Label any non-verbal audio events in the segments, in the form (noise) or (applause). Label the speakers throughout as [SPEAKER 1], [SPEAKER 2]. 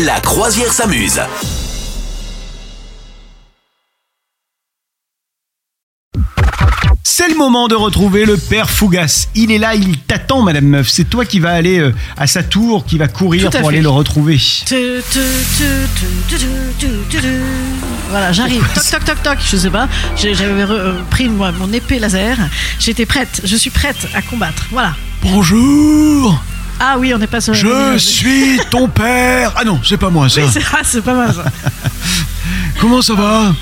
[SPEAKER 1] La croisière s'amuse.
[SPEAKER 2] C'est le moment de retrouver le père Fougas. Il est là, il t'attend, Madame Meuf. C'est toi qui vas aller euh, à sa tour, qui va courir
[SPEAKER 3] Tout à
[SPEAKER 2] pour
[SPEAKER 3] fait.
[SPEAKER 2] aller le retrouver.
[SPEAKER 3] Tu, tu, tu, tu, tu, tu, tu, tu, tu. Voilà, j'arrive. Toc, toc, toc, toc. Je sais pas. J'ai- J'avais re- euh, pris moi, mon épée laser. J'étais prête. Je suis prête à combattre. Voilà.
[SPEAKER 2] Bonjour,
[SPEAKER 3] Ah oui, on n'est pas sur. la même-
[SPEAKER 2] suis ton père. Ah non, c'est pas moi ça.
[SPEAKER 3] Oui, c'est (laughs) ah, c'est pas mal ça.
[SPEAKER 2] Comment ça va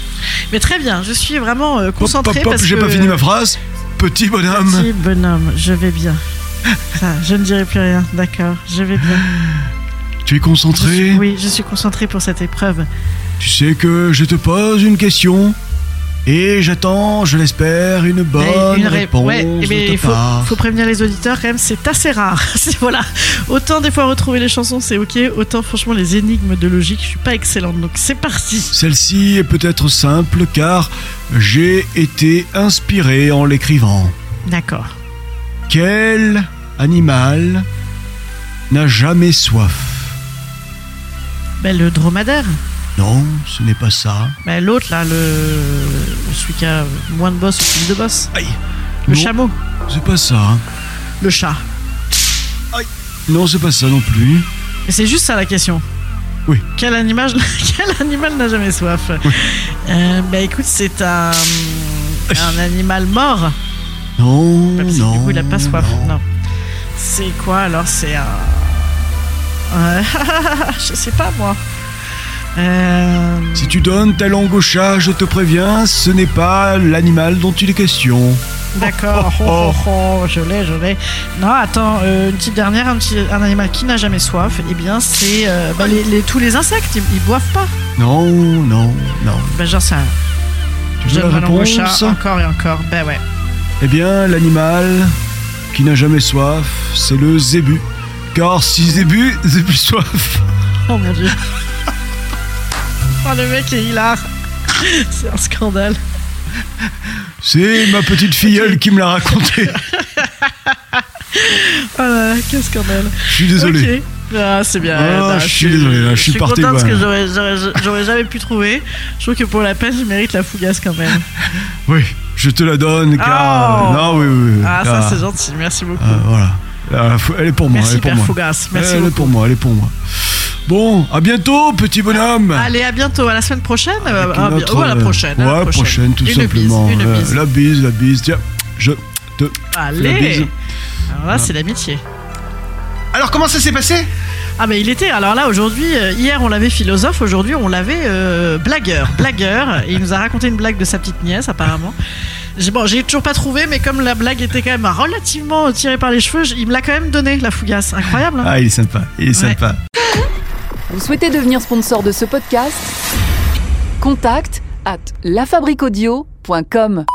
[SPEAKER 3] Mais très bien. Je suis vraiment euh, concentrée parce que.
[SPEAKER 2] phrase. Petit bonhomme.
[SPEAKER 3] Petit bonhomme, je vais bien. Ça, je ne dirai plus rien. D'accord, je vais bien.
[SPEAKER 2] Tu es
[SPEAKER 3] Je suis-
[SPEAKER 2] concentré
[SPEAKER 3] oui, je suis concentrée pour cette épreuve.
[SPEAKER 2] Tu sais que je te pose une question et j'attends, je l'espère, une bonne
[SPEAKER 3] Mais une ré-
[SPEAKER 2] réponse
[SPEAKER 3] ouais,
[SPEAKER 2] de
[SPEAKER 3] mais
[SPEAKER 2] ta
[SPEAKER 3] il faut,
[SPEAKER 2] part.
[SPEAKER 3] faut prévenir les auditeurs quand même, c'est assez rare. (laughs) C'est- voilà. Autant des fois retrouver les chansons, c'est ok. Autant franchement les énigmes de logique, je suis pas excellente. Donc c'est parti.
[SPEAKER 2] Celle-ci est peut-être simple car j'ai été inspiré en l'écrivant.
[SPEAKER 3] D'accord.
[SPEAKER 2] Quel animal n'a jamais soif
[SPEAKER 3] Ben, le dromadaire.
[SPEAKER 2] Non, ce n'est pas ça.
[SPEAKER 3] Ben, L'autre là, le celui qui a moins de boss ou plus de boss.
[SPEAKER 2] Aïe.
[SPEAKER 3] Le
[SPEAKER 2] Non,
[SPEAKER 3] chameau.
[SPEAKER 2] C'est pas ça.
[SPEAKER 3] Le chat.
[SPEAKER 2] Non, c'est pas ça non plus.
[SPEAKER 3] Mais c'est juste ça la question.
[SPEAKER 2] Oui.
[SPEAKER 3] Quel animal, (laughs) quel animal n'a jamais soif Euh, Ben écoute, c'est un, un animal mort.
[SPEAKER 2] Non,
[SPEAKER 3] Parce que
[SPEAKER 2] non.
[SPEAKER 3] du coup, il a pas soif.
[SPEAKER 2] non.
[SPEAKER 3] Non. C'est quoi alors C'est un. Euh, (laughs) je sais pas moi. Euh,
[SPEAKER 2] Si tu donnes ta langue au chat, je te préviens, ce n'est pas l'animal dont il est question.
[SPEAKER 3] D'accord.
[SPEAKER 2] Oh,
[SPEAKER 3] Oh,
[SPEAKER 2] oh,
[SPEAKER 3] oh, je l'ai, je l'ai. Non, attends, euh, une petite dernière. Un, petit, un animal qui n'a jamais soif, eh bien, c'est. euh, bah, les, les- tous les insectes, ils, ils boivent pas.
[SPEAKER 2] Non, non, non.
[SPEAKER 3] Bah, genre, ça.
[SPEAKER 2] Tu veux
[SPEAKER 3] J'aime
[SPEAKER 2] la
[SPEAKER 3] ma langue au
[SPEAKER 2] réponse
[SPEAKER 3] chat encore et encore. Bah, ouais.
[SPEAKER 2] Eh bien, l'animal qui n'a jamais soif, c'est le zébu. Car si (laughs) zébu, zébu soif.
[SPEAKER 3] Oh mon dieu. (laughs) oh, le mec est hilar. (laughs) c'est un scandale.
[SPEAKER 2] C'est ma petite filleule qui me l'a raconté.
[SPEAKER 3] Oh
[SPEAKER 2] Ah,
[SPEAKER 3] là là, quel scandale.
[SPEAKER 2] Je suis désolé.
[SPEAKER 3] Ok. Ah, c'est bien.
[SPEAKER 2] Ah,
[SPEAKER 3] Non,
[SPEAKER 2] je suis désolé, là, je suis parti
[SPEAKER 3] contente parce
[SPEAKER 2] loin,
[SPEAKER 3] que j'aurais- j'aurais j'aurais jamais pu trouver. Je trouve que pour la peine, je mérite la fougasse quand même.
[SPEAKER 2] Oui, je te la donne car.
[SPEAKER 3] Oh.
[SPEAKER 2] Non, oui, oui. oui,
[SPEAKER 3] Ah,
[SPEAKER 2] car-
[SPEAKER 3] ça, c'est gentil. Merci beaucoup.
[SPEAKER 2] Ah, voilà. Ah, faut- Elle est pour moi. elle
[SPEAKER 3] merci,
[SPEAKER 2] est pour
[SPEAKER 3] Père
[SPEAKER 2] moi. Euh,
[SPEAKER 3] Fougas. Merci
[SPEAKER 2] elle est
[SPEAKER 3] beaucoup.
[SPEAKER 2] pour moi. Elle est pour moi. Bon, à bientôt, petit bonhomme.
[SPEAKER 3] Allez, à bientôt. À la semaine prochaine.
[SPEAKER 2] Avec
[SPEAKER 3] Ah, bien-
[SPEAKER 2] notre- euh,
[SPEAKER 3] oh, à la prochaine. à
[SPEAKER 2] Ouais, la prochaine, tout
[SPEAKER 3] une
[SPEAKER 2] simplement.
[SPEAKER 3] Bise, une
[SPEAKER 2] Euh,
[SPEAKER 3] bise.
[SPEAKER 2] La bise, la bise. Tiens, je. la bise. Ah.
[SPEAKER 3] Allez. Alors là, c'est l'amitié.
[SPEAKER 2] Alors, comment ça s'est passé
[SPEAKER 3] Ah mais il était, alors là aujourd'hui, euh, hier on l'avait philosophe, aujourd'hui on l'avait euh, blagueur. Blagueur, Et il nous a raconté une blague de sa petite nièce apparemment. J'ai- Bon, j'ai toujours pas trouvé, mais comme la blague était quand même relativement tirée par les cheveux, je- il me l'a quand même donné, la fougasse. Incroyable. hein
[SPEAKER 2] Ah, il est sympa. Il est sympa.
[SPEAKER 4] Vous souhaitez devenir sponsor de ce podcast Contact à lafabriquaudio.com.